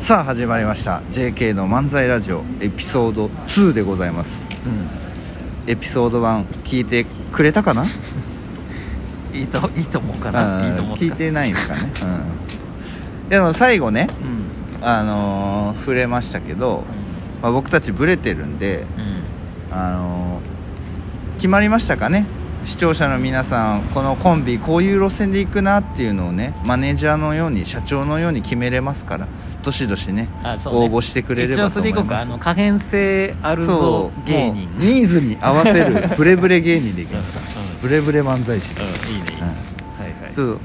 さあ始まりました JK の漫才ラジオエピソード2でございますうエピソード1聞いてくれたかなん、いいといいと思うかうなんいいと思うか聞いてないですかね、うん、でも最後ねうんあのー触れましたけど、まあ、僕たちブレてるんでうあのー決まりましたかね視聴者の皆さんこのコンビこういう路線で行くなっていうのをねマネージャーのように社長のように決めれますからどしどしねんあそうね応募してくれればと思い一応それでいこうかまあすの可変性あるぞそう芸も人うニーズに合わせるブレブレ芸人でいきます から、うんブレブレ漫才師で、うんいいねいういねんはいはいそう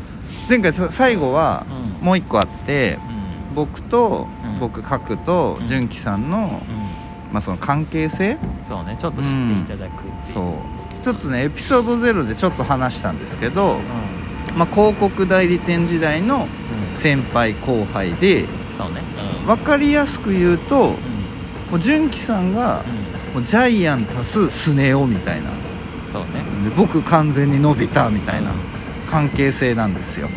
前回さ最後はうんもう一個あって、うん僕と、うん僕角とうん純喜さんの、うんまあ、その関係性、そうねちょっと知っていただくっていうそうちょっとねエピソード0でちょっと話したんですけど、うんまあ、広告代理店時代のうん先輩後輩でそうねうん分かりやすく言うともうんう純喜さんがうもうジャイアン足すスネ夫みたいなんそうねで僕完全に伸びたみたいなうん関係性なんですよ、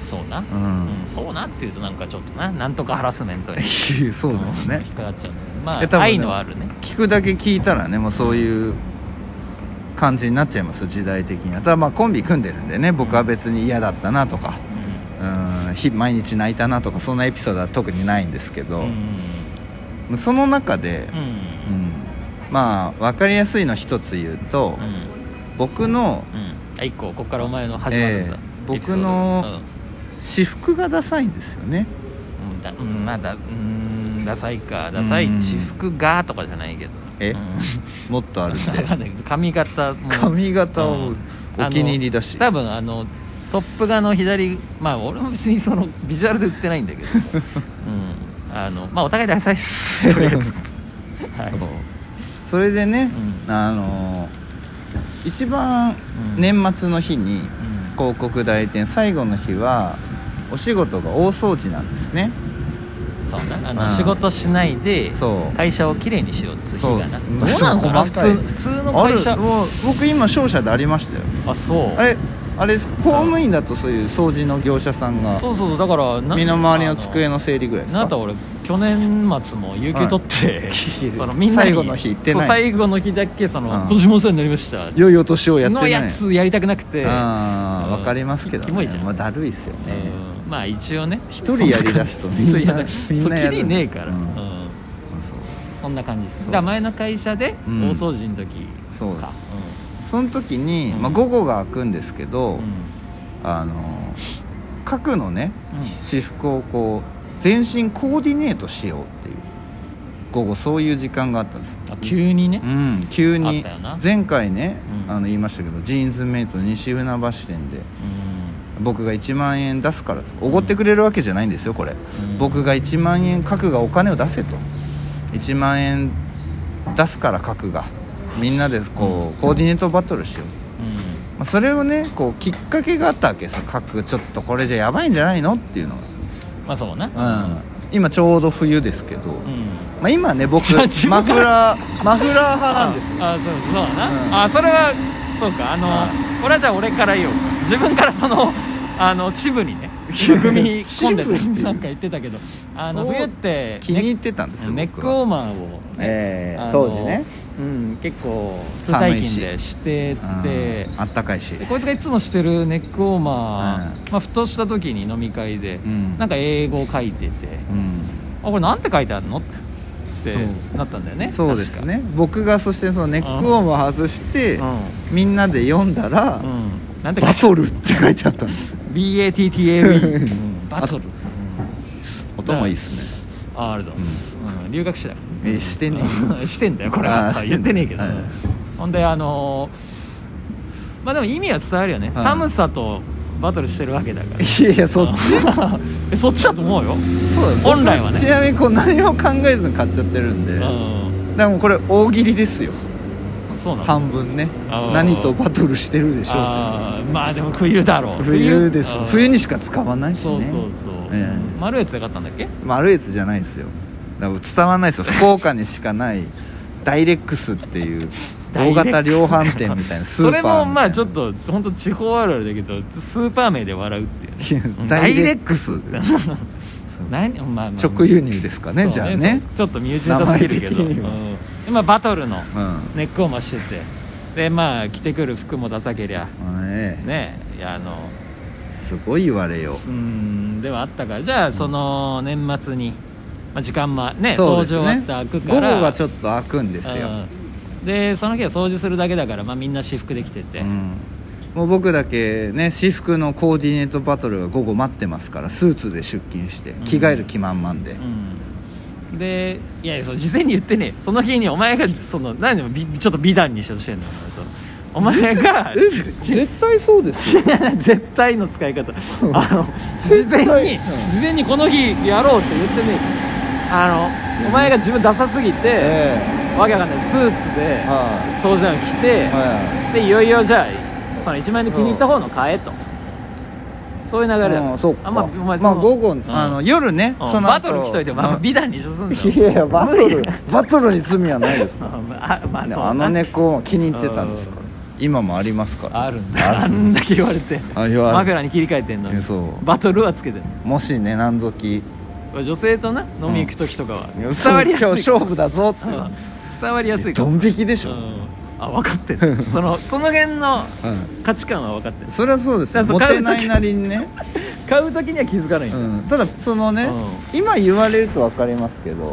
そうなううんんそうなっていうとなんかちょっとななんとかハラスメントに そうですね引っかかっちゃうねまあえ多分ね愛のあるね聞くだけ聞いたらねもうそういう感じになっちゃいます時代的にはただまあコンビ組んでるんでね僕は別に嫌だったなとかうんひ毎日泣いたなとかそんなエピソードは特にないんですけうどん、その中でう、んうんまあ分かりやすいの一つ言うと、うんうん僕のうん、あ一個ここからお前の始まるんだ、ええエピソ僕ードの私服がダサいんですよねうん、うんだうんまあだうんダサいかダサいうん私服がとかじゃないけどえうんもっとあるんでわかんないけど髪型も髪型うをんお気に入りだし多分あのトップ画の左まあ俺も別にそのビジュアルで売ってないんだ けど、うん、あのまあお互いダサいっすとりあえずはい、そうそれでね、うんあのー一番うん年末の日にうん広告代理店最後の日はお仕事が大掃除なんですねそうなあの、うん仕事しないでそう会社をきれいにしようっつう日そうがなどうそうなんかな普細かい通普通のあ会る社もう僕今商社でありましたよあそうあれあれですか公務員だとそういう掃除の業者さんがそうそうそうだからな身の回りの机の整理ぐらいあでのすなんだか俺去年末も有給取って、 そのみんなに最後の日行ってないそう最後の日だけそのうん「今年もお世話になりました」良いお年をやってなのいやつやりたくなくてあうんあ分かりますけど、ね、キモいじゃんまあ、だるいっすよね、うんまあ一応ね一人やりだすとみんな そうやだみんなやるそうきりねえから、ううんんそうそんな感じですそうだから前の会社でう大ん掃除の時そうか、その時に、うんまあ、午後が空くんですけど、うんあの各のね、うん私服をこう全身コーディネートしようっていう午後そういう時間があったんですあ急にねうん急あっにたよな前回ね、うんあの言いましたけどジーンズメイト西船橋店で僕が1万円出すからとおごってくれるわけじゃないんですよこれ、うん僕が1万円各がお金を出せと1万円出すから各がみんなでこう、コーディネートバトルしよううまあ、それをねこうきっかけがあったわけですよ各ちょっとこれじゃやばいんじゃないのっていうのんまあそうなが、うん、今ちょうど冬ですけど、うん、まあ、今ね僕 自マ分がフラーマフラー派なんですよああそうそうだな、うんあそれはそうかあのはこれはじゃあ俺から言おう自分からそのあのチブにね組み込んでチブっていうてなんか言ってたけどあのそう冬って気に入ってたんですよネックネッ僕クはウォーマーを、ええあの当時ねうん結構通寒い体し筋でしててうんあったかいしでこいつがいつもしてるネックウォーマー、うまあ、ふとした時に飲み会で、うんなんか英語を書いてうてん「あこれなんて書いてあるの?」ってなったんだよねそうですね僕がそしてそのネックウォームを外して確かみんなで読んだらうん、うん、なん「て書いバてあトるル」って書いてあったんですよ BATTAB、うんバトル、うん頭いいっすねあありがとうございます、うん留学してたえーしてねしてんだよこれあはーしてんだ 言ってねえけど、はいほんであのーまあでも意味は伝わるよね、はい寒さとバトルしてるわけだからいやいやそっ ちちそっちだと思うよ、そうだ本来はね僕ちなみにこう何も考えずに買っちゃってるんでだかうらもうこれ大喜利ですよんそうなの半分ねあー何とバトルしてるでしょうあーまあでも冬だろっうて冬ですうん冬にしか使わないしそうねそうそう、ええマルエツが買ったんだっけまあ、ルエツじゃないですよだから伝わんないですよ福岡にしかないダイレックスっていう大型量販店みたいなスーパーみたいなそれもまあちょっと本当地方あるあるだけどスーパー名で笑うっていうね いやダイレックスそう何まあまあ直輸入ですかねそうじゃあねそうちょっと身内なさすぎるけど、名前的にはうん今バトルのうんまネックをマしててでまあ着てくる服もダサけりゃあねねいやあのすごい言われようーんではあったからじゃあその年末に、まあ、時間もねそう掃です除終わって開く午か後らがちょっと開くんですよ、うんでその日は掃除するだけだから、まあ、みんな私服できてて、うんもう僕だけね私服のコーディネートバトルが午後待ってますからスーツで出勤してん着替える気満々で、うんでいやいやそう事前に言ってねその日にお前がその何でもびちょっと美談にしようとしてんのよお前そのお 前が絶対そうですよ 絶対の使い方あ の事絶対前にうん事前にこの日やろうって言ってねあのお前が自分ダサすぎて、えわけわかんないスーツでえは掃除の着い、てはでいよいよじゃあその一万円で気に入った方の買えと、そういう流れだいうんそうかあんまおま前あその午後うんあの夜ねうんその後バトル来といて、まあ、うん美談に一緒すんだいやいやバトルバトルに罪はないですあまあ、まあ、ねそうあのな猫気に入ってたんですから今もありますからあるんだあんだけ言われてあ言われ枕に切り替えてんのいにやそうバトルはつけてるもしね何時女性とな飲み行く時とかは今日伝わりやすい、勝負だぞってうん伝わりやすいかドらン引きでしうょんあ分かって るそのその辺のうん価値観は分かってるそりゃそうですよだモからテそうないなりにね買う時には気づかないんだ、うんただそのねう今言われると分かりますけどう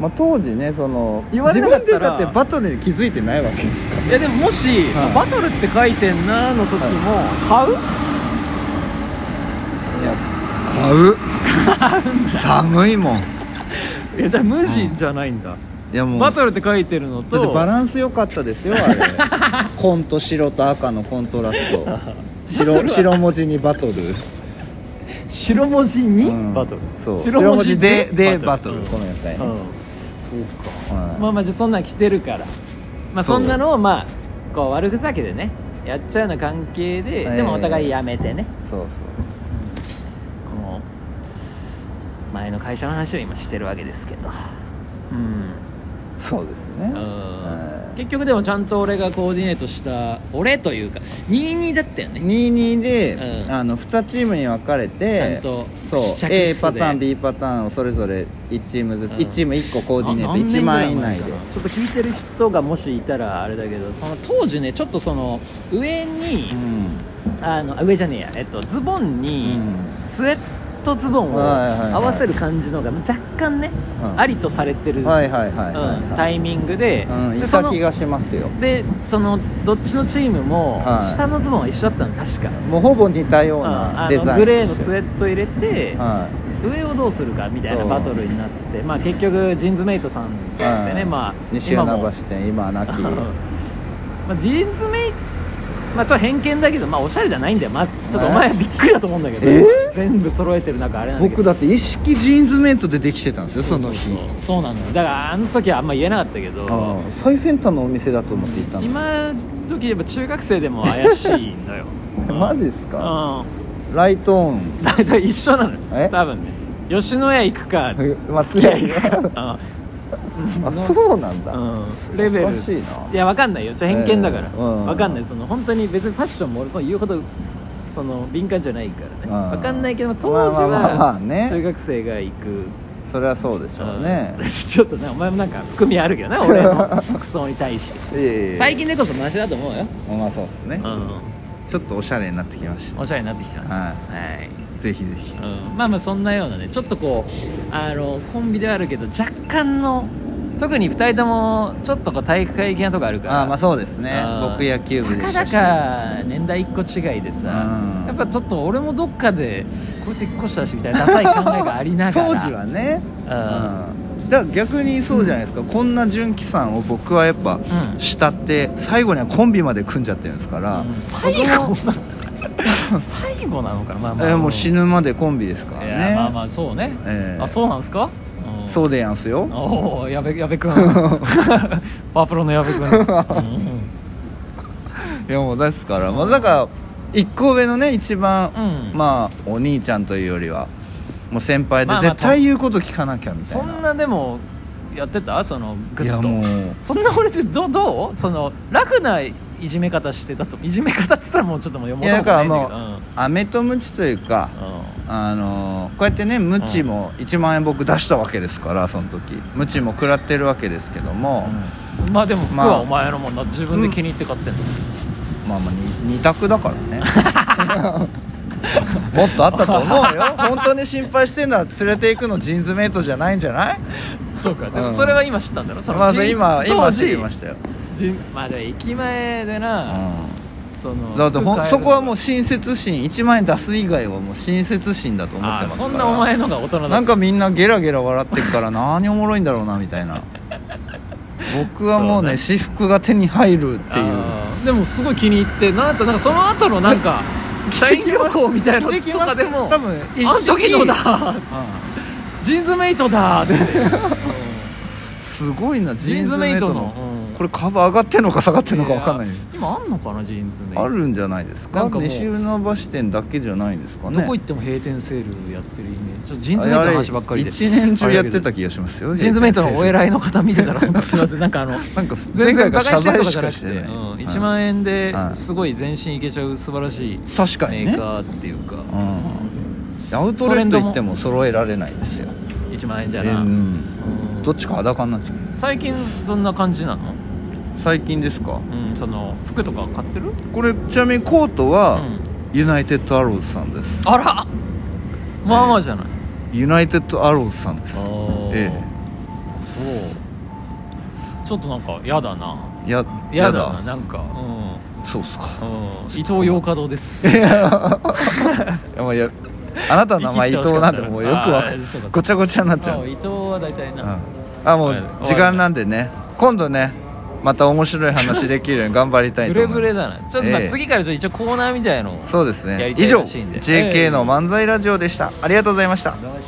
まあ当時ねその言わ自れな分かったでらだってバトルに気づいてないわけですからんいやでももし、はいバトルって書いてんなーの時も、買ういや買う寒いもんいやじゃあ無地じゃないんだ、いやもうバトルって書いてるだのってとバランス良かったですよあれ 紺と白と赤のコントラスト白白文字にバトル白文字に、うんバトルそう白文字ででバトルうんごめんなさいねうんそうか、まあまあじゃあそんなん着てるからまあそうそんなのをまあこう悪ふざけでねやっちゃうような関係で、ええでもお互いやめてねそうこの前の会社の話を今してるわけですけどうんそうそうですねうんはい結局でもちゃんと俺がコーディネートした俺というか22だったよね22で、うんあの2チームに分かれてちゃんとそう試着室で A パターン B パターンをそれぞれ1チームずつ、うん1チーム1個コーディネートあ1何年ぐら万い円以前内かなでちょっと聞いてる人がもしいたらあれだけどその当時ねちょっとその上に、うんあのあ上じゃねえや、えっと、ズボうンにんスウェットズボンをはいはいはい合わせる感じのが若干ね、うんありとされてる、はいはいはいはい、うんタイミングで,、うん、いでたの気がしますよでそのどっちのチームもはい下のズボンは一緒だったの確か、もうほぼ似たよううんなあデザイン、のグレーのスウェット入れて、は上をどうするかみたいなそうバトルになって、まあ、結局ジーンズメイトさんい、でね、まあ西今船も橋店今はなきあの まあ、ジーンズメイまあちょっと偏見だけどまあおしゃれじゃないんだよまずちょっとお前びっくりだと思うんだけど、え全部揃えてる中あれなんだけ僕どだって一式ジーンズメイトでできてたんですよその日そうそうそうなのよだからあの時はあんま言えなかったけうどん最先端のお店だと思っていたの今時言えば中学生でも怪しいのよマジっす うかんライトオン大体一緒なのえよ多分ね吉野家行くか松付き屋合い行く あかそうなんだうんレベルおかしいないやわかんないよちょっと偏見だから、ええうんわかんないその本当に別にファッションも俺そう言うほどその敏感じゃないからねうんわかんないけど当時まあまあまあまあはね中学生が行くそれはそうでしょうねうん ちょっとねお前もなんか含みあるけど ね俺の服装に対していえいえ最近でこそマシだと思うよ、まあそうですねちょっとおしゃれになってきましうん、おしゃれになってきてますはい、たぜひぜひうん、まあまあそんなようなねちょっとこうあのコンビではあるけど若干の特に2人ともちょっとこう体育会系なとこあるからああまあそうですねあー僕野球部でしたたかだしか年代1個違いでさうんやっぱちょっと俺もどっかでこいつ1個下だしみたいなダサい考えがありながら当時はねうんうんだから逆にそうじゃないですか、こんな純喜さんを僕はやっぱん慕って最後にはコンビまで組んじゃってるんですから、うん最後な最後なのかなまあまあえーもう死ぬまでコンビですからいねやまあまあそうね、ええあそうなんですか、んそうでやんすよおお矢部矢 部君パワプロの矢部君、うんいやもうですから、まあ、だから一個上のね一番、うんまあお兄ちゃんというよりはもう先輩でまあまあ絶対言うこと聞かなきゃみたそいな、んなでもやってたそのグッといやもうそんな俺ってどどうそのラフないじめ方してたといじめ方っつったらもうちょっともう読いもうやだとからもないもんだう飴とムチというかけどうんうんあのこうやってねムチも1万円僕出したわけですからその時ムチも食らってるわけですけども、うんまあでも服まあはお前のもんな自分で気に入って買ってんの、まあまあ二択だからね もっとあったと思うよ本当に心配してんなら連れていくのジーンズメイトじゃないんじゃないそうかでうもんそれは今知ったんだろそのまあジーンズ今当今時知りましたよ、ジーンまあでも駅前でうな、ん、そのだってほんそこはもう服親切心1万円出す以外はもう親切心だと思っ買えてるまのあすからそんなお前のが大人だなんかみんなゲラゲラ笑ってるから何おもろいんだろうなみたいな僕はもうね私服が手に入るっていうあーでもすごい気に入ってなんかなんかその後のなん か社員旅行みたいなの着てきとまかしたでよも多分一式あの時のだうジーンズメイトだってんすごいなジジーーンンズズメメイイトトののうんこれ株上がってんのか下がってんのか分かんないや今あんのかなジーンズメイトあるんじゃないですなかんかもう西浦橋店だけじゃないですかねどこ行っても閉店セールやってるイメージちょっとジーンズメイトの話ばっかりで1年中やってあれだた気がしますよけどジーンズメイトのお偉いいの方見て たら本当すいませんなんかあのなんか前全回然がバ謝カにしてる罪とかしじゃかなく、しててない、うんはい1万円ではいすごい全身いけちゃう素晴らしい確かにメねーカーっていううか、んアウトレット行っても揃えられないですよ、 1万円じゃうな、ん、うんどっちか裸になっちゃう最近どんな感じなの最近ですかうんその服とか買ってるこれちなみにコートは、うんユナイテッドアローズさんですあらまあまあじゃない、ユナイテッドアローズさんですえそうちょっとなんかやだなえやややだだななんかうそうっすか ん、うん、伊藤洋華堂ですいやまあやあなたの名前伊言い切っ藤てなほしかっんたなでもうよくわあかーそうかそうかごちゃごちゃになっちゃう、あ伊藤は大体な、うんあもはいう時間なんでね今度ねまた面白い話できるように頑張りたいブとレ思いますブレだなちょっとまあええ次からちょっと一応コーナーみたいのをそうですやねりた以い上らしいんで JK の漫才ラジオでしたありがとうございましたよし